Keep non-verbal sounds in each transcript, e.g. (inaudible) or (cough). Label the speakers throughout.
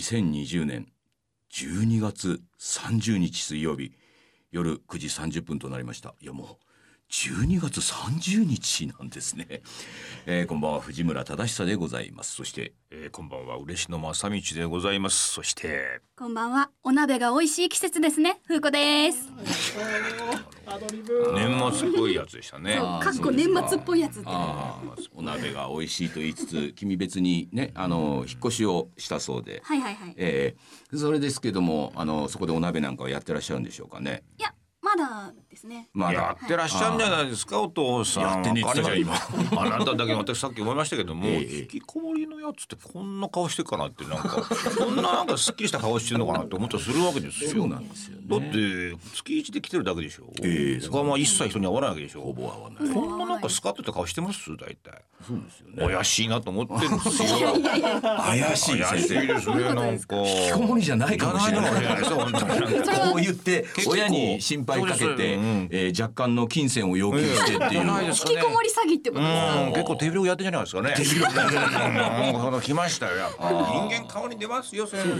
Speaker 1: 2020年12月30日水曜日夜9時30分となりましたいやもう12月30日なんですね、えー、こんばんは藤村忠久でございますそして
Speaker 2: えー、こんばんは嬉野正道でございますそして
Speaker 3: こんばんは。お鍋が美味しい季節ですね。ふうこです。
Speaker 4: アドリブ
Speaker 2: 年末っぽいやつでしたね
Speaker 3: そう
Speaker 1: あー
Speaker 3: かっ
Speaker 1: そ
Speaker 3: こ
Speaker 1: うです
Speaker 3: 年
Speaker 1: か
Speaker 3: 末っぽいやつって。
Speaker 1: ああお鍋が美味しいと言いつつ君別にねあの引っ越しをしたそうで、
Speaker 3: はいはいはい。
Speaker 1: えー、それですけどもあのそこでお鍋なんかをやってらっしゃるんでしょうかね
Speaker 3: いや、まだですね。
Speaker 1: ま
Speaker 2: や
Speaker 1: だ
Speaker 2: ってらっしゃるんじゃないですかお父さん
Speaker 1: やってねえって言ったじゃん今
Speaker 2: 今あなただけ私さっき思いましたけども、
Speaker 1: ええ
Speaker 2: 引きこもりのやつってこんな顔してっかなってなんかこんななんかすっきりした顔してるのかなって思ったりするわけですよ
Speaker 1: そうなんですよね
Speaker 2: だって月一で来てるだけでしょ、
Speaker 1: ええ
Speaker 2: 他はまあ一切人に会わないわけでしょ
Speaker 1: ほぼ合わない
Speaker 2: こんななんかスカッとした顔してます大体
Speaker 1: そうですよね
Speaker 2: 怪しいなと思ってるんですよ
Speaker 1: 怪し (laughs) い先
Speaker 2: 怪しい
Speaker 1: 生
Speaker 2: ですねなんか
Speaker 1: 引きこもりじゃないかもしれない
Speaker 2: じゃないですよ本当に
Speaker 1: こう言って
Speaker 2: 結構
Speaker 1: 親に心配かけ
Speaker 2: そうです
Speaker 1: て
Speaker 2: ようん、
Speaker 1: えー若干の金銭を要求してっていうの
Speaker 2: ないです
Speaker 3: 引きこもり詐欺ってことですか。
Speaker 2: うん、結構手広くやってんじゃないですかね。手広く。なんか来ましたよ。やっぱ人間顔に出ますよ、先
Speaker 3: いや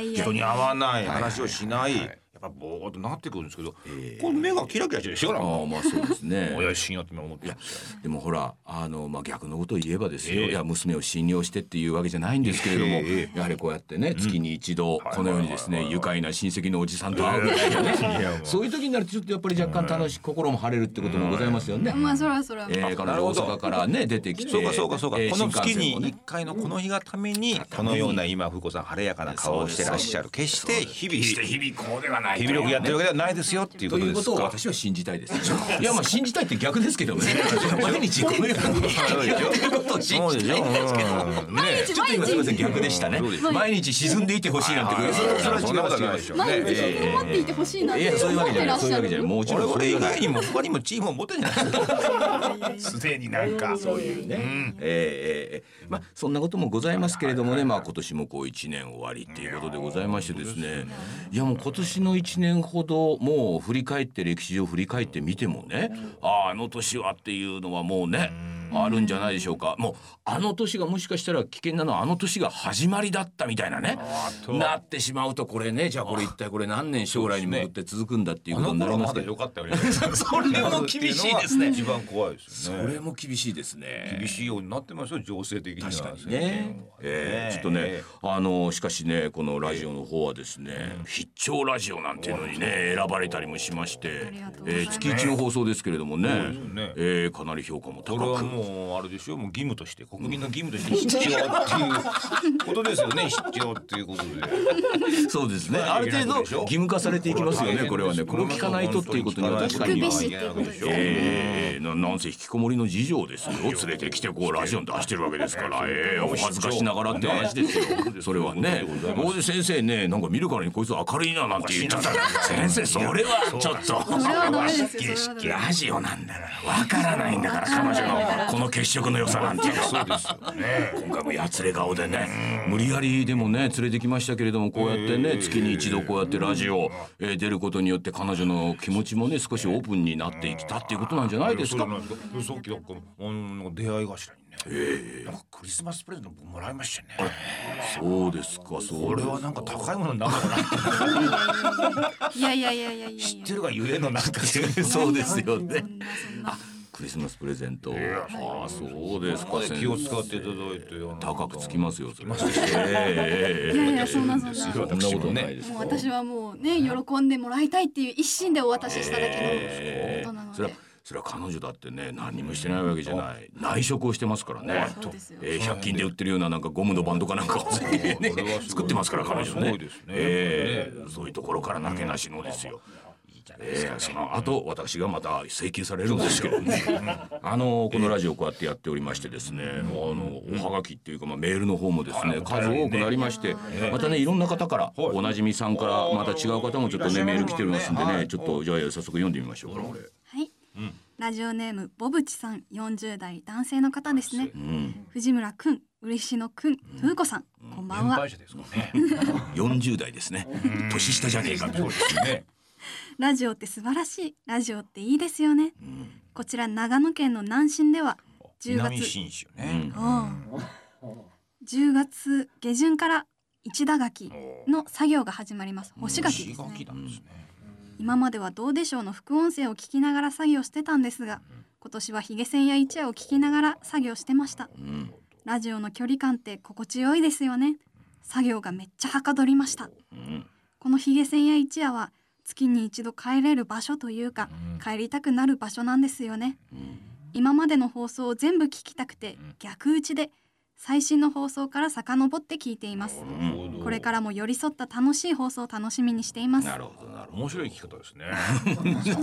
Speaker 3: いや
Speaker 2: 生。
Speaker 3: いや
Speaker 2: 人に会わない、話をしない。やっぱぼーっとなってくるんですけど、これ目がキラキラしてるでしょ、なんか。
Speaker 1: ああまあそうですね
Speaker 2: 親しいなって思ってますよ。
Speaker 1: でもほらあの、まあ、逆のことを言えばですよ、
Speaker 2: ええ
Speaker 1: いや娘を信用してっていうわけじゃないんですけれども、
Speaker 2: え
Speaker 1: やはりこうやってね月に一度
Speaker 2: はい
Speaker 1: このようにです
Speaker 2: は
Speaker 1: ね
Speaker 2: いはい
Speaker 1: 愉快な親戚のおじさんと会うみたいなね、
Speaker 2: いやもう
Speaker 1: そういう時になるとちょっとやっぱり若干楽しい心も晴れるってこともございますよね。
Speaker 3: まあそらそら。
Speaker 1: えー、彼
Speaker 2: なる
Speaker 1: 女
Speaker 2: ほ
Speaker 1: 大阪
Speaker 2: ど
Speaker 1: から
Speaker 2: (laughs)
Speaker 1: ね出てきて
Speaker 2: そうかそうかそうか、
Speaker 1: えー
Speaker 2: この月に
Speaker 1: 新幹線も
Speaker 2: 1回のこの日がためにこのような今ふうこさん晴れやかな顔をしてらっしゃる決して日々して日々こうではない手広くやってるわけではないですよっていう
Speaker 1: と
Speaker 2: こと
Speaker 1: い
Speaker 2: で
Speaker 1: うこ
Speaker 2: す
Speaker 1: とを
Speaker 2: か
Speaker 1: 私は信じたいです。
Speaker 2: (laughs)
Speaker 1: いやまあ信じたいって逆ですけどね。毎日このよう
Speaker 2: そう
Speaker 1: に
Speaker 2: でし
Speaker 1: や
Speaker 2: ょ
Speaker 1: ってることを信
Speaker 2: そう
Speaker 1: じ
Speaker 2: で
Speaker 1: た
Speaker 2: しょ
Speaker 1: いんですけど。
Speaker 2: うんねえ
Speaker 3: ちょ
Speaker 1: ちょっと今すみません逆でしたね
Speaker 2: そうで。
Speaker 1: 毎日沈んでいてほしいなんて。
Speaker 2: はい
Speaker 1: それは
Speaker 2: そんなことはないでしょうね
Speaker 3: 毎日
Speaker 2: ええ
Speaker 3: 頑張っていてほしいなっ
Speaker 1: いや
Speaker 3: て
Speaker 1: そういう
Speaker 3: 思
Speaker 1: わけ
Speaker 3: っ
Speaker 1: じゃ
Speaker 3: て
Speaker 1: な
Speaker 3: ら
Speaker 1: いそう
Speaker 3: っ
Speaker 1: い
Speaker 3: し
Speaker 1: うわけじゃな
Speaker 3: ゃる
Speaker 1: い。。もち
Speaker 2: 俺
Speaker 1: ろんそ
Speaker 2: こ
Speaker 1: れ
Speaker 2: れ
Speaker 1: 以
Speaker 2: 以
Speaker 1: 外
Speaker 2: 外
Speaker 1: に
Speaker 2: に
Speaker 1: も
Speaker 2: も他にもチームを持ってんじゃないですか
Speaker 5: すでになんかそういう
Speaker 1: ね。ええええまあそんなこともございますけれどもね。まあ今年もこう一年終わりっていうことでございましてですね。いやもう今年の一年ほどもう振り返って歴史上振り返ってみてもね。あああの年はっていうのはもうね。あるんじゃないでしょうか。もうあの年がもしかしたら危険なのはあの年が始まりだったみたいなね。なってしまうとこれねじゃあこれ一体これ何年将来に向って続くんだっていう
Speaker 2: あ
Speaker 1: こと
Speaker 2: の
Speaker 1: にな
Speaker 2: 頃
Speaker 1: りま
Speaker 2: はますだ
Speaker 1: けど。
Speaker 2: 良か (laughs) ったよねそれ
Speaker 1: も厳しいですね
Speaker 2: 一番怖いです
Speaker 1: そ
Speaker 2: よね
Speaker 1: れも厳しいですね。
Speaker 2: 厳しいようになってますよ情勢的には
Speaker 1: 確かにね。ええちょっとね、あのしかしねこのラジオの方はですね、必聴ラジオなんていうのにね選ばれたりもしまして、
Speaker 3: りがとうござい
Speaker 1: え
Speaker 3: ま
Speaker 1: ー
Speaker 3: す
Speaker 1: 月一の放送ですけれどもね
Speaker 2: うですよね、
Speaker 1: えーかなり評価も
Speaker 2: これ
Speaker 1: 高
Speaker 2: は
Speaker 1: く。
Speaker 2: もうあれでしょもう義務として国民の義務として必要っていうことですよね必要っていうことで
Speaker 1: そうですね。
Speaker 2: まあ
Speaker 1: ある程度
Speaker 2: でしょ
Speaker 1: 義務化され (laughs) ていきますよね。これはね、これを聞かないとっていうことには確かに
Speaker 3: 聞くべ。しっていうことですよね
Speaker 1: ええななんせ引きこもりの事情ですよ。連れてきてこうラジオに出してるわけですから、ええお恥ずかしながらって話ですよ。それはね、大で先生ね、なんか見るからにこいつ明るいななんて言っちゃったら。先生、それはちょっ
Speaker 3: それは
Speaker 1: と。
Speaker 3: ダメですよ。それはダメです
Speaker 1: ラジオなんだから、わからないんだから、彼女のこの血色の良さなんていうの。
Speaker 2: そうですよね
Speaker 1: 今回もやつれ顔でね無理やりでもね連れてきましたけれどもこうやってね月に一度こうやってラジオえー出ることによって彼女の気持ちもね少しオープンになってきたっていうことなんじゃないですか
Speaker 2: そうなんですかさっきなんか女の出会い頭にね、なんかクリスマスプレゼントもらいましたね
Speaker 1: そうですかそ
Speaker 2: こ
Speaker 1: れ
Speaker 2: れは
Speaker 1: は
Speaker 2: なんか高いものになるのかなって
Speaker 3: いやいやいやいやい
Speaker 1: (laughs)
Speaker 3: や。
Speaker 2: 言ってるがゆえのなんか
Speaker 1: そうですよ
Speaker 3: そ (laughs)
Speaker 1: ね
Speaker 3: んなそんな。
Speaker 1: クリスマスプレゼントああそうですか
Speaker 2: 気を使っていただいてあの
Speaker 1: 高くつきますよそれはええ
Speaker 3: いやいやそんなそんな。
Speaker 1: そんなことないです
Speaker 3: もう
Speaker 1: よ
Speaker 3: 私はもうね喜んでもらいたいっていう一心でお渡ししただけ
Speaker 1: え
Speaker 3: のことな
Speaker 1: え
Speaker 3: の
Speaker 1: それは
Speaker 3: で。
Speaker 1: それは彼女だってね何にもしてないわけじゃない内職をしてますからね
Speaker 3: そうですよ
Speaker 1: えー、100均で売ってるようななんかゴムのバンドかなんかをね
Speaker 2: これはすごい
Speaker 1: 作ってますから彼女
Speaker 2: す
Speaker 1: ね
Speaker 2: ごいですね
Speaker 1: えーそういうところからなけなしのですよ。えーその後私がまた請求されるんですけどね (laughs) あのこのラジオこうやってやっておりましてですねあのおはがきっていうかまあメールの方もですね数多くなりましてまたねいろんな方からおなじみさんからまた違う方もちょっとねメール来ておりますんでねちょっとじゃあ早速読んでみましょうかこれ。
Speaker 3: はい。ラジオネームボブチさん40代男性の方ですね。
Speaker 1: うん、
Speaker 3: 藤村くん、嬉野くん、ふうこさん、こんばん
Speaker 2: 年
Speaker 3: は
Speaker 2: 配。者ですも
Speaker 1: (laughs)
Speaker 2: んね
Speaker 1: 40代ですね年下じゃねえか
Speaker 2: そうですね
Speaker 3: ラジオって素晴らしい。ラジオっていいですよね。こちら長野県の南信では10
Speaker 2: 南
Speaker 3: 月
Speaker 2: 信州ね
Speaker 3: おう10月下旬から一打書き
Speaker 5: お
Speaker 3: の作業が始まります干し柿です
Speaker 2: 干し
Speaker 3: ね
Speaker 2: 柿なんですね。
Speaker 3: 今まではどうでしょうの副音声を聞きながら作業してたんですが今年はヒゲ線や一夜を聞きながら作業してました
Speaker 1: うん
Speaker 3: ラジオの距離感って心地よいですよね作業がめっちゃはかどりました
Speaker 1: うん
Speaker 3: このヒゲ線や一夜は月に一度帰れる場所というか帰りたくなる場所なんですよね
Speaker 1: うん
Speaker 3: 今までの放送を全部聞きたくて逆打ちで最新の放送から遡って聞いています
Speaker 2: うん
Speaker 3: これからも寄り添った楽しい放送を楽しみにしています
Speaker 1: なるほどなるほど
Speaker 2: 面白い聞き方です
Speaker 1: (laughs)
Speaker 2: ね。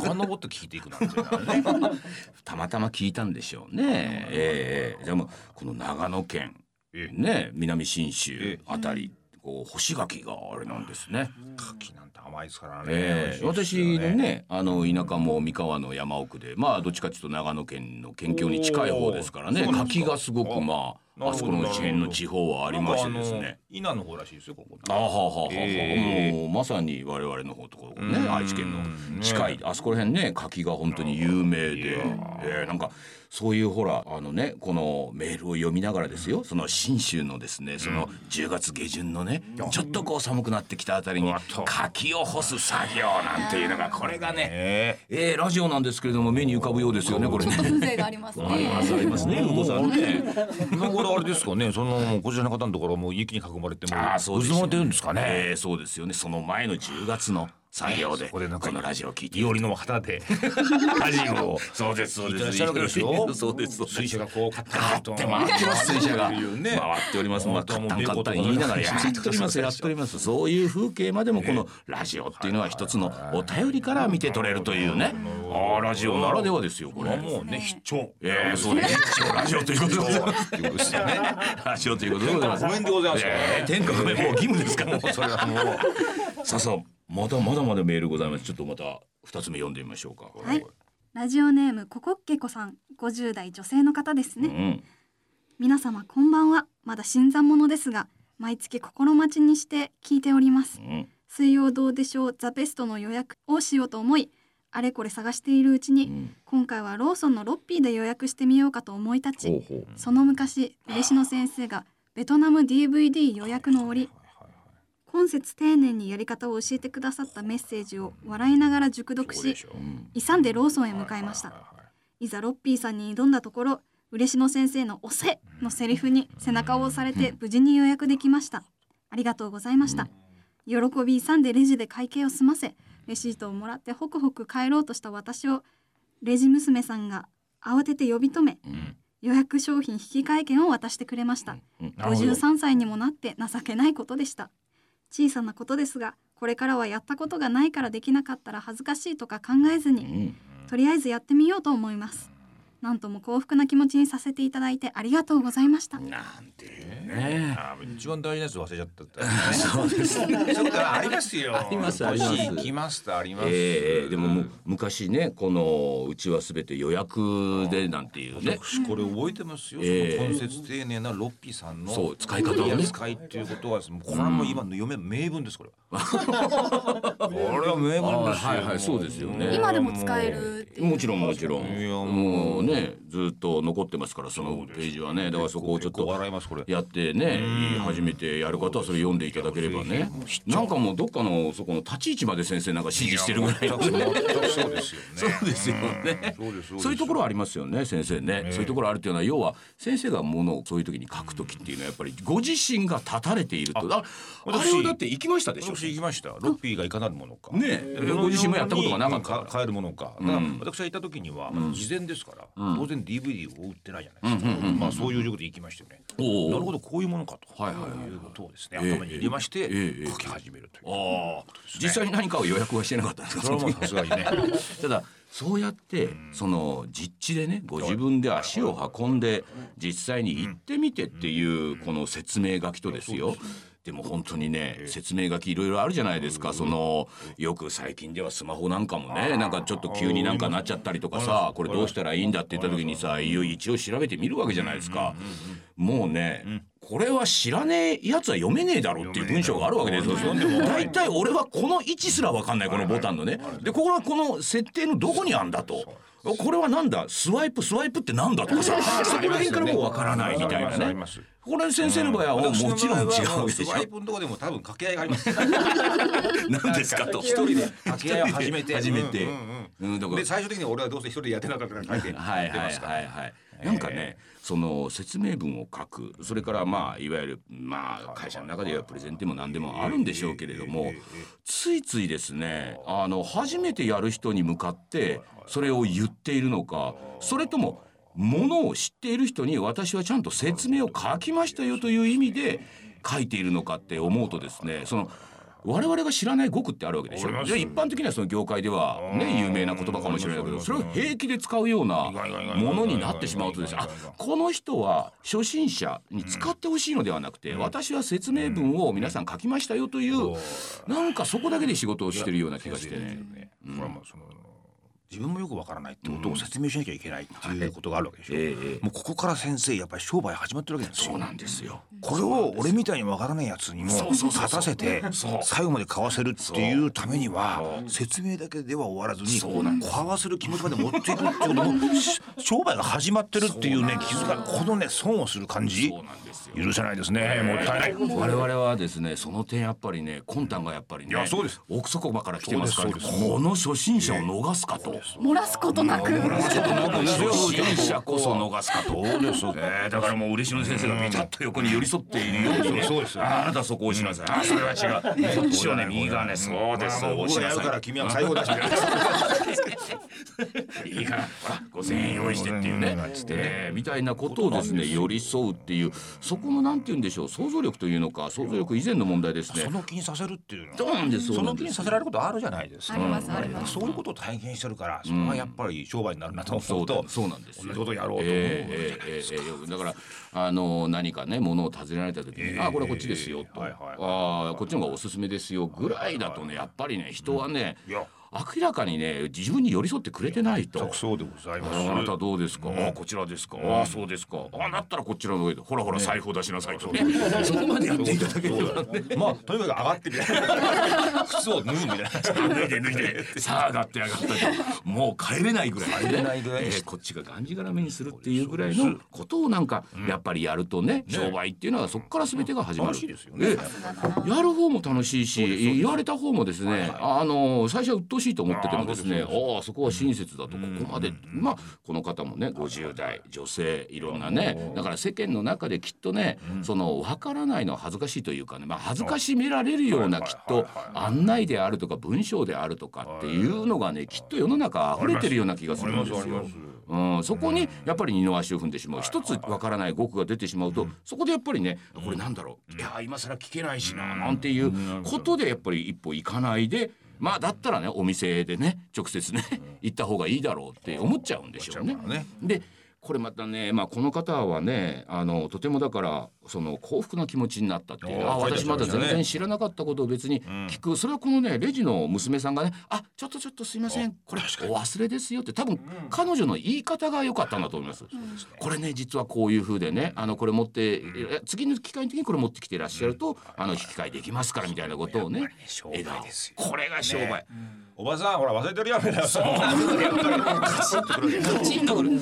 Speaker 2: 遡って聞いていくなんていうのはね。
Speaker 1: たまたま聞いたんでしょうねええええじゃあもうこの長野県
Speaker 2: ええ
Speaker 1: ね南信州
Speaker 2: ええ
Speaker 1: あたりこう干し柿があれなんですね
Speaker 2: 柿なんて甘いですからね。
Speaker 1: ええ
Speaker 2: 美味し
Speaker 1: 私
Speaker 2: いですよ
Speaker 1: の。ねあの田舎も三河の山奥でまあどっちかというと長野県の県境に近い方ですからね
Speaker 2: おーそうなんです
Speaker 1: 柿
Speaker 2: か
Speaker 1: がすごくまあ
Speaker 2: なるほど
Speaker 1: あそこの地辺の地方はありましてですね。
Speaker 2: 伊那の方らしいですよここ。
Speaker 1: あはははは、
Speaker 2: ええ
Speaker 1: もうまさに我々の方ところ
Speaker 2: う
Speaker 1: ね
Speaker 2: ん
Speaker 1: 愛知県の
Speaker 2: ね
Speaker 1: 近いあそこら辺ね柿が本当に有名で、
Speaker 2: いやー
Speaker 1: えーなんかそういうほらあのねこのメールを読みながらですよその信州のですねその10月下旬のねちょっとこう寒くなってきたあたりに
Speaker 2: わっと
Speaker 1: 柿を干す作業なんていうのがこれがね
Speaker 2: え
Speaker 1: えーラジオなんですけれども目に浮かぶようですよねこれ
Speaker 3: ちょっ
Speaker 1: ね
Speaker 3: と。風情があります
Speaker 1: (laughs)
Speaker 3: ね。
Speaker 1: ありますありますね、うごさんね。
Speaker 2: え今頃あれですかね。そのもうこちらの方のところはもう雪に囲まれても
Speaker 1: ああ、そう
Speaker 2: う
Speaker 1: で
Speaker 2: ず
Speaker 1: すよね
Speaker 2: まれてるんですかね。
Speaker 1: えーそうですよね。その前の10月の作業で、
Speaker 2: ねそこでなんか
Speaker 1: このラジオを聞いて
Speaker 2: いおりの旗でラジオを。
Speaker 1: そうですそう
Speaker 2: い
Speaker 1: で
Speaker 2: てらっ
Speaker 1: す。
Speaker 2: しゃるわけでしょ
Speaker 1: そうですそうです。
Speaker 2: 水車がこう買って
Speaker 1: 買って回ってます水車が
Speaker 2: 回
Speaker 1: 回
Speaker 2: っ
Speaker 1: っております。まあ買ったん買ったん
Speaker 2: もう
Speaker 1: 言いながら
Speaker 2: も
Speaker 1: や
Speaker 2: う
Speaker 1: っておりますやっております。そういう風景までもこのラジオっていうのは一つのお便りから見て取れるというね。ああラジオならではですよこれ。
Speaker 2: もうね必聴。
Speaker 1: ええそうです。一応ラジオということでござい (laughs) ます。
Speaker 2: ということですよね。
Speaker 1: ラジオということでございます。
Speaker 2: ごめんでございます。
Speaker 1: ええ天下ごめんもう義務ですからもうそれはも
Speaker 2: もう
Speaker 1: う。 (laughs) さあさあまだまだまだメールございます。ちょっとまた二つ目読んでみましょうか。
Speaker 3: はいラジオネームココッケコさん、50代女性の方です
Speaker 1: う
Speaker 3: ね。
Speaker 1: ん。
Speaker 3: 皆様こんばんは。まだ新参者ですが、毎月心待ちにして聞いております
Speaker 1: う。ん。
Speaker 3: 水曜どうでしょうザベストの予約をしようと思い、あれこれ探しているうち
Speaker 1: う
Speaker 3: に、
Speaker 1: ん。
Speaker 3: 今回はローソンのロッピーで予約してみようかと思い立
Speaker 1: ほう
Speaker 3: ち、
Speaker 1: ほう。
Speaker 3: その昔、嬉野先生がベトナム DVD 予約の折、今節丁寧にやり方を教えてくださったメッセージを笑いながら熟読
Speaker 2: そうで
Speaker 3: し
Speaker 2: しょ
Speaker 1: うん。
Speaker 3: 勇んでローソンへ向かいましたいざロッピーさんに挑んだところ嬉野先生の「おせ」のセリフに背中を押されて無事に予約できましたありがとうございました喜び勇んでレジで会計を済ませレシートをもらってホクホク帰ろうとした私をレジ娘さんが慌てて呼び止め
Speaker 1: うん。
Speaker 3: 予約商品引換券を渡してくれました
Speaker 1: うん。
Speaker 2: なるほど
Speaker 3: 53歳にもなって情けないことでした小さなことですがこれからはやったことがないからできなかったら恥ずかしいとか考えず
Speaker 1: う
Speaker 3: に
Speaker 1: ん。
Speaker 3: とりあえずやってみようと思いますなんとも幸福な気持ちにさせていただいてありがとうございました
Speaker 1: なんていうね。
Speaker 2: あ一番大事なやつ忘れちゃったってやつね。そうです。そうかありますよ。
Speaker 1: ありますあります
Speaker 2: 年いきますとあります。
Speaker 1: ええでももう昔ねこのうちはすべて予約でなんていうね。
Speaker 2: 私これ覚えてますよ。そ
Speaker 1: ええ
Speaker 2: の根節丁寧なロッピーさんの
Speaker 1: そう使い方をね
Speaker 2: 使いっていうことはもうこれはもう今の読め名文ですこれ。はこれは名文ですよ。
Speaker 1: はいはいそうですよね
Speaker 3: 今でも使えるっていう
Speaker 1: もちろんもちろん
Speaker 2: いやもう
Speaker 1: もうねずっと残ってますからそのページはねだからそこをちょっ
Speaker 2: 結構
Speaker 1: と
Speaker 2: 笑いますこれ。
Speaker 1: やってね初めてやる方はそれ読んでいただければねなんかもうどっかのそこの立ち位置まで先生なんか指示してるぐらいの
Speaker 2: 全く全くそうですよね。
Speaker 1: そうですよね
Speaker 2: うんそうです
Speaker 1: そういうところはありますよね先生ね、そういうところあるというのは要は先生がものをそういう時に書く時っていうのはやっぱりご自身が立たれているとああれ
Speaker 2: 私
Speaker 1: をだって行きましたでしょ
Speaker 2: 私行きました。ロッピーがいかなるものか。
Speaker 1: ねえご自身もやったことがなかったから
Speaker 2: うん買えるものか。だから私が行った時には、まあ事前ですから、当然 DVD を売ってないじゃないですか。まあそういう状況で行きましてね。
Speaker 1: おうおう
Speaker 2: なるほどこういうものかと。
Speaker 1: はいはいはい
Speaker 2: いうことをですね、頭に入れまして
Speaker 1: ええ
Speaker 2: 書き始めるという。
Speaker 1: ああ実際に何かを予約はしてなかったんですか
Speaker 2: それはもうさすがにね。
Speaker 1: ただそうやってその実地でねご自分で足を運んで実際に行ってみてっていうこの説明書きとですよでも本当にね説明書きいろいろあるじゃないですかそのよく最近ではスマホなんかもねなんかちょっと急になんかなっちゃったりとかさこれどうしたらいいんだって言った時にさいよいよ一応調べてみるわけじゃないですかもうねこれは知らねえやつは読めねえだろうっていう文章があるわけですよ
Speaker 2: 読めねえだろう
Speaker 1: 大体俺はこの位置すらわかんないこのボタンのねでここはこの設定のどこにあんだとこれはなんだスワイプスワイプってなんだとかさそこら辺からもうわからないみたいな
Speaker 2: あ
Speaker 1: ね
Speaker 2: りますあります
Speaker 1: これ先生の場合はもうもちろん違うでし
Speaker 2: 私の場合はもうスワイ
Speaker 1: ょ
Speaker 2: プのとこでも多分掛け合いがあります。
Speaker 1: 何ですかと
Speaker 2: 一人で掛け合いを
Speaker 1: (laughs)
Speaker 2: 始めて。
Speaker 1: 始めて
Speaker 2: うんうんうん
Speaker 1: うんだから
Speaker 2: で最終的に俺はどうせ一人でやってなかったから書いて
Speaker 1: はいはい
Speaker 2: 出
Speaker 1: は
Speaker 2: ま
Speaker 1: い
Speaker 2: すから
Speaker 1: はいはい。なんかね、その説明文を書く、それからまあいわゆるまあ会社の中ではプレゼンでも何でもあるんでしょうけれども、ついついですね、あの初めてやる人に向かってそれを言っているのか、それともものを知っている人に私はちゃんと説明を書きましたよという意味で書いているのかって思うとですね、その我々が知らない語句ってあるわけでしょ
Speaker 5: あり。ます
Speaker 1: で一般的にはその業界ではね有名な言葉かもしれないけど、それを平気で使うようなものになってしまうとですねあこの人は初心者に使ってほしいのではなくて、私は説明文を皆さん書きましたよという、なんかそこだけで仕事をしてるような気がしてね。
Speaker 2: これはまあその自分もよくわからないってことを説明しなきゃいけないっていうことがあるわけでしょ、
Speaker 1: えええ
Speaker 2: もうここから先生やっぱり商売始まってるわけですよ
Speaker 1: そうなんですよ。
Speaker 2: これを俺みたいにわからないやつにも
Speaker 1: そうそうそうそう
Speaker 2: 立たせて
Speaker 1: そう
Speaker 2: 最後まで買わせるっていうためには説明だけでは終わらずに
Speaker 1: そうなん
Speaker 2: 買わせる気持ちまで持っていくってこともし商売が始まってるっていうね気づかこのね損をする感じ
Speaker 1: そうなんですよ。
Speaker 2: 許せないですねもったいない。
Speaker 1: 我々はですねその点やっぱりね魂胆がやっぱりね
Speaker 2: いやそうです
Speaker 1: 奥底場から来てますから
Speaker 2: そうですそうです
Speaker 1: この初心者を逃すかと。
Speaker 3: 漏らすことなく
Speaker 1: 初心者こそ逃すかと。
Speaker 2: そうですそうです
Speaker 1: えー、だからもう嬉野先生がビタッと横に寄り添っているようにね、
Speaker 2: そうですよ
Speaker 1: ああなたそこを押しなさい、あそれは違うこっちをね右側ねそうですそう押し
Speaker 2: 僕が
Speaker 1: な
Speaker 2: やるか
Speaker 1: さ
Speaker 2: ら君は最後だ (laughs) しみたいない
Speaker 1: いいからほら5,000円用意してっていうね、
Speaker 2: うんつってね
Speaker 1: えーみたいなことをですね寄り添うっていうそこのなんて言うんでしょう想像力というのか想像力以前の問題ですね
Speaker 2: その気にさせるっていうの
Speaker 1: そうなんです
Speaker 2: そ
Speaker 1: そうな
Speaker 2: の
Speaker 1: ん
Speaker 2: 気
Speaker 1: で
Speaker 2: に
Speaker 1: す
Speaker 2: させられることあるじゃないです
Speaker 3: あ
Speaker 2: か
Speaker 3: りますあります
Speaker 2: そういうことを体験してるからそれはやっぱり商売になるなと思うと
Speaker 1: そうそうなんですよ
Speaker 2: 同じことやろうと思う
Speaker 1: えーえーえーえーよくだからあの何かねものを尋ねられた時に「あこれはこっちですよ」と「
Speaker 2: はいはいはい
Speaker 1: あーこっちの方がおすすめですよ」ぐらいだとねやっぱりね人はね、
Speaker 2: いや
Speaker 1: 明らかにね自分に寄り添ってくれてないと。
Speaker 2: そうでござい
Speaker 1: あ
Speaker 2: ま
Speaker 1: ーあな
Speaker 2: す
Speaker 1: たどうですか、あーこちらですか、ああそうですかああなったらこちらの上でほらほら財布を出しなさいとね (laughs) そこまでやっていただければね
Speaker 2: まあとにかく上がってみたい
Speaker 1: (laughs)
Speaker 2: な靴を脱ぐみたいな
Speaker 1: 脱いで脱い
Speaker 2: (laughs)
Speaker 1: でさあ上がって上がったともう帰れないぐらい,、
Speaker 2: 帰れないぐらい
Speaker 1: えーこっちががんじがらめにするっていうぐらいのことをなんかやっぱりやるとね、商売っていうのはそこから全てが始まる。
Speaker 2: 楽しいですよね
Speaker 1: ええやる方も楽しいし言われた方もですね、あの最初は鬱陶しいと思っててもですねああそこは親切だとここまで、まあこの方もね50代女性いろんなねだから世間の中できっとね、その分からないのは恥ずかしいというかね、まあ、恥ずかしめられるようなきっと案内であるとか文章であるとかっていうのがねきっと世の中溢れてるような気がするんですよ。うん、そこにやっぱり二の足を踏んでしまう一つわからない語句が出てしまうと、そこでやっぱりねこれなんだろう、いや今更聞けないしななんていうことでやっぱり一歩行かないでまあだったらねお店でね直接ね行った方がいいだろうって思っちゃうんでしょうね。
Speaker 2: ね
Speaker 1: でこれまたね、まあ、この方はねあのとてもだからその幸福な気持ちになったっていう
Speaker 2: あ
Speaker 1: あ
Speaker 2: あ書い
Speaker 1: 私
Speaker 2: てありま
Speaker 1: ま
Speaker 2: した
Speaker 1: だ
Speaker 2: ね
Speaker 1: 全然知らなかったことを別に聞く、それはこのねレジの娘さんがね「あちょっとちょっとすいませんこれお忘れですよ」って多分彼女の言い方が良かったんだと思います。これね実はこういう風でねあのこれ持って、え次の機会の時にこれ持ってきていらっしゃると、あの引き換えできますからみたいなことをね
Speaker 2: 商
Speaker 1: 笑
Speaker 2: 売
Speaker 1: 顔
Speaker 2: ですよ
Speaker 1: これが商売。
Speaker 2: ねおばさんほら忘れてるやんみたい
Speaker 1: (laughs)
Speaker 2: な
Speaker 1: カチンとくる。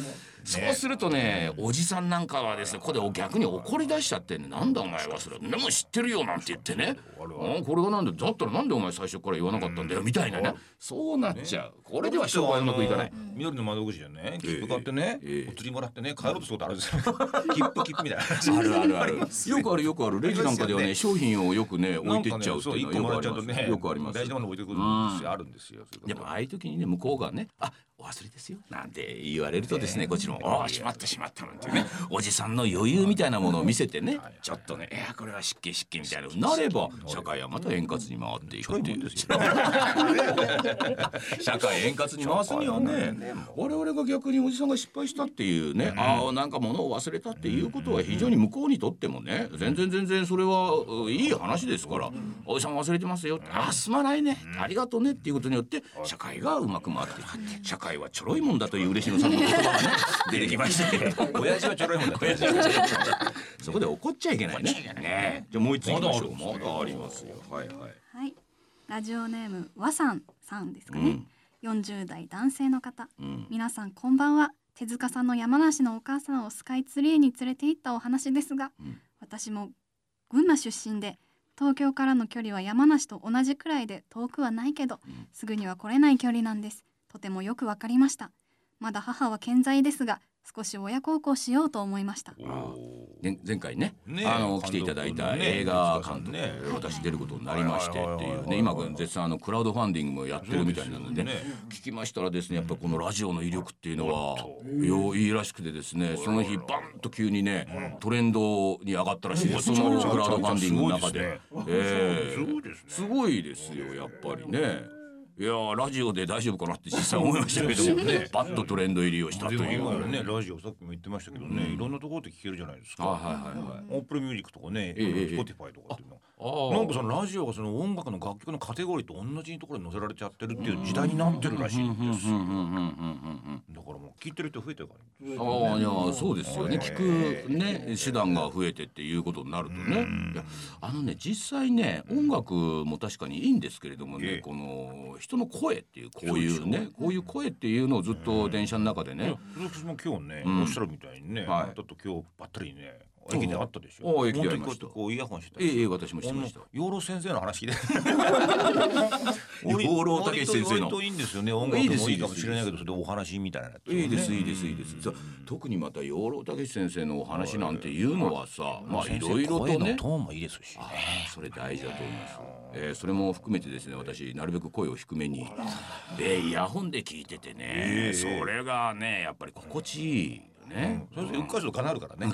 Speaker 1: そうするとね、おじさんなんかはですね、ここでお逆に怒り出しちゃってね、なんだお前はそれ、でも知ってるよなんて言ってね、うんこれがなんで、だったらなんでお前最初から言わなかったんだよ、みたいなね、そうなっちゃう。これでは商売うまくいかない
Speaker 2: あ。の緑の窓口でね切符買ってねお釣りもらってね帰ろうとすることある
Speaker 1: (laughs)
Speaker 2: んですよ切符切符みたいな
Speaker 1: あるあるある。よくあるよくある。レジなんかでは
Speaker 2: あり
Speaker 1: ね、商品をよくね、置いてっちゃうって
Speaker 2: そう
Speaker 1: いうの
Speaker 2: 一個も
Speaker 1: は
Speaker 2: ら
Speaker 1: よ
Speaker 2: っち
Speaker 1: く
Speaker 2: ゃ
Speaker 1: あ
Speaker 2: うと
Speaker 1: りま
Speaker 2: ね
Speaker 1: す。よくありま
Speaker 2: 大
Speaker 1: す
Speaker 2: 事な。もの置いてくるんですよあるんですよそう
Speaker 1: で
Speaker 2: いうこと
Speaker 1: もああいう時にね向こうがね「あお忘れですよ」なんて言われるとですねこっちも「ああしまってしまった」なんてねおじさんの余裕みたいなものを見せてねちょっとね「いやこれは失敬失敬」みたいななれば社会はまた円滑に回っていくっていう社会円滑に回すにはね我々が逆におじさんが失敗したっていうねああなんか物を忘れたっていうことは非常に向こうにとってもね全然全然それはういい話ですからおじさん忘れてますよってああすまないねありがとうねっていうことによって社会がうまく回っていく社会はちょろいもんだという嬉野さんの言葉 (laughs) がね出てきましたけれども
Speaker 2: (laughs) 親父はちょろいもんだ親父
Speaker 1: そこで怒っちゃいけないねねじゃあもう一つ行きましょうまだありますよはいはい
Speaker 3: はいラジオネーム和さんさんですかね、 40代男性の方
Speaker 1: うん
Speaker 3: 皆さんこんばんは手塚さんの山梨のお母さんをスカイツリーに連れて行ったお話ですが、
Speaker 1: うん
Speaker 3: 私も群馬出身で東京からの距離は山梨と同じくらいで遠くはないけど、
Speaker 1: うん
Speaker 3: すぐには来れない距離なんですとてもよくわかりましたまだ母は健在ですが少し親孝行しようと思いました
Speaker 1: ね前回ね
Speaker 2: ね
Speaker 1: あの来ていただいた映画監督、
Speaker 2: ね
Speaker 1: 私出ることになりましてって
Speaker 2: はい
Speaker 1: い
Speaker 2: は
Speaker 1: う
Speaker 2: いはい
Speaker 1: ね今絶賛あのクラウドファンディングもやってるみたいなので,、
Speaker 2: そうですよね
Speaker 1: 聞きましたらですねやっぱりこのラジオの威力っていうのは
Speaker 2: お
Speaker 1: よういいらしくてですねその日バンと急にねトレンドに上がったらしいですそのクラウドファンディングの中で。ええすごいですよやっぱりね。いやーラジオで大丈夫かなって実際思いましたけ
Speaker 2: そう
Speaker 1: ど、
Speaker 2: ですよね
Speaker 1: バッとトレンド入りをしたと
Speaker 2: でも
Speaker 1: いう。
Speaker 2: 今
Speaker 1: はい
Speaker 2: のねラジオさっきも言ってましたけどね、いろんなところで聞けるじゃないです
Speaker 1: はい
Speaker 2: か。
Speaker 1: はいはい。
Speaker 2: オープルミュージックとかね、
Speaker 1: ええええ
Speaker 2: Spotify とかっていうの。
Speaker 1: あー
Speaker 2: なんかそのラジオがその音楽の楽曲のカテゴリーと同じところに載せられちゃってるっていう時代になってるらしいんです。
Speaker 1: うんうんうんうんうん
Speaker 2: だからもう聞いてる人増えてるから。
Speaker 1: うん。ああいやそうですよね。
Speaker 2: はい
Speaker 1: 聞くね手段が増えてっていうことになるとね。いやあのね実際ね音楽も確かにいいんですけれども
Speaker 2: ええ
Speaker 1: ねこの人の声っていうこういうねこういう声っていうのをずっと電車の中で
Speaker 2: い
Speaker 1: ね
Speaker 2: や。私も今日ね、
Speaker 1: うん
Speaker 2: おっしゃるみたいにね、
Speaker 1: はい
Speaker 2: ちょっと今日ばったりね駅で会ったでしょ。
Speaker 1: おう駅で会いました
Speaker 2: この時こうやってこうイヤホンしてた
Speaker 1: え
Speaker 2: でしょ
Speaker 1: えええ私もしてました
Speaker 2: あ。の養老先生の話聞い
Speaker 1: (laughs)
Speaker 2: て。
Speaker 1: 養老孟司先生の
Speaker 2: 割といいんですよね。音楽
Speaker 1: いいです
Speaker 2: もいいかもしれないけど、それでお話みたいなやつをね。
Speaker 1: いいですいいですいいです。さ特にまた養老孟司先生のお話なんていうのはさ、まあい
Speaker 2: 先生
Speaker 1: ろいろと
Speaker 2: 声
Speaker 1: ね
Speaker 2: のト。ーンもいいですしね。
Speaker 1: あーそれ大事だと思います。えーそれも含めてですね私なるべく声を低めにでイヤホンで聞いててね、
Speaker 2: ええ
Speaker 1: それがねやっぱり心地いいよね。
Speaker 2: そうするとうっかりするとかな
Speaker 1: (laughs)
Speaker 2: るからね。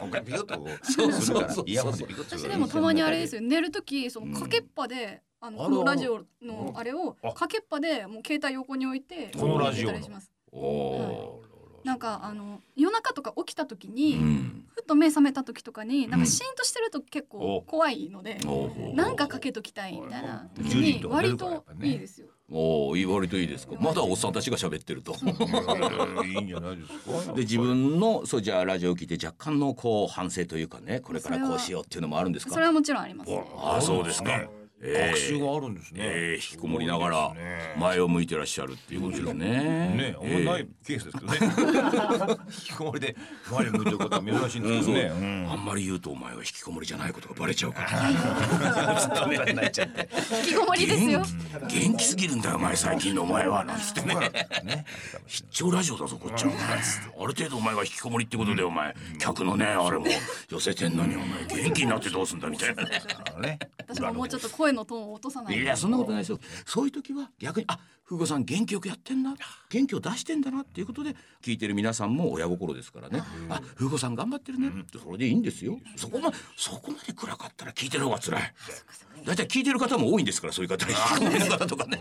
Speaker 2: 音楽ピヨッとこう
Speaker 1: そうそう
Speaker 2: するから
Speaker 1: そう
Speaker 2: イヤホンでピコッと
Speaker 3: 私でもたまにあれですよ寝る時そのかけっぱで、あのこのラジオのあれを
Speaker 2: あ
Speaker 3: かけっぱでもう携帯横に置いて
Speaker 2: このラジオの
Speaker 3: 聞いてたりします
Speaker 1: おお
Speaker 3: なんかあの夜中とか起きた時に、
Speaker 1: ー。うん。
Speaker 3: ふっと目覚めた時とかになんかシーンとしてると結構怖いので、
Speaker 1: おー
Speaker 3: なんかかけときたいみたいな時
Speaker 2: ジュリー
Speaker 3: に
Speaker 2: とか
Speaker 3: 割
Speaker 2: 出るからやっ
Speaker 3: と
Speaker 2: ぱね
Speaker 3: いいですよ。
Speaker 1: おおいい割といいですか。まだおっさんたちが喋ってると。
Speaker 2: いいんじゃないですか。
Speaker 1: (laughs) で自分のそうじゃあラジオを聞いて若干のこう反省というかねこれからこうしようっていうのもあるんです
Speaker 3: それ
Speaker 1: か。
Speaker 3: はもちろんありますね。
Speaker 1: ああそうですか。え
Speaker 2: 学
Speaker 1: ー
Speaker 2: 習があるんですね。
Speaker 1: えー引きこもりながら前を向いてらっしゃるっていうことですね。
Speaker 2: ね、あんまないケースですけどね。 (laughs) 引きこもりで前に向いてる方は珍しいんですけどね。うん
Speaker 1: あんまり言うとお前は引きこもりじゃないことがバレちゃうから。
Speaker 2: (laughs) なっちゃって。
Speaker 3: 引きこもりですよ。
Speaker 1: 元気元気すぎるんだよお前最近のお前はなんつってね
Speaker 2: ね。
Speaker 1: 必聴ラジオだぞこっちはお前ある程度お前は引きこもりってことでお前客のねあれも寄せてんのにお前元気になってどうすんだみたいなね
Speaker 2: あのね。
Speaker 3: 私ももうちょっと声のトーンを落とさない
Speaker 1: い
Speaker 3: と。
Speaker 1: やそんなことないですよそういう時は逆にあ風子さん元気よくやってんな元気を出してんだなっていうことで聞いてる皆さんも親心ですからねあ風子さん頑張ってるねってそれでいいんですよそこまそこまで暗かったら聞いてる方が辛い大体聞いてる方も多いんですからそういう方引きこもりの方とか (laughs) ね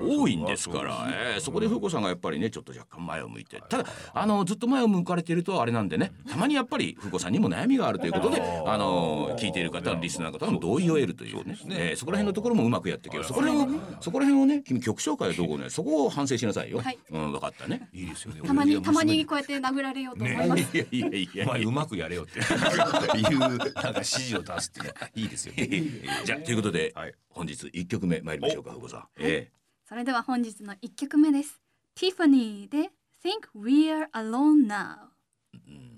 Speaker 1: 多いんですから、えーそこで風子さんがやっぱりねちょっと若干前を向いてただあのずっと前を向かれてるとあれなんでねたまにやっぱり風子さんにも悩みがあるということであの聞いている方リスナーの方の同意を得るというねそえーそこら辺のところもうまくやっていけようそこら辺をそこら辺をね君曲紹介はどうこうねそこを反省しなさいよ、
Speaker 3: はい
Speaker 1: うん分かったね
Speaker 2: いいですよね。
Speaker 3: たまにたまにこうやって殴られようと思います。
Speaker 1: (laughs) いやいやいや
Speaker 2: お前うまくやれよ (laughs) っていうなんか指示を出すってねいいですよね。
Speaker 1: じゃあということで、
Speaker 2: はい
Speaker 1: 本日一曲目参りましょうか風子さん、え
Speaker 3: それでは本日の一曲目です。Tiffany で Think We're Alone Now。
Speaker 1: えうん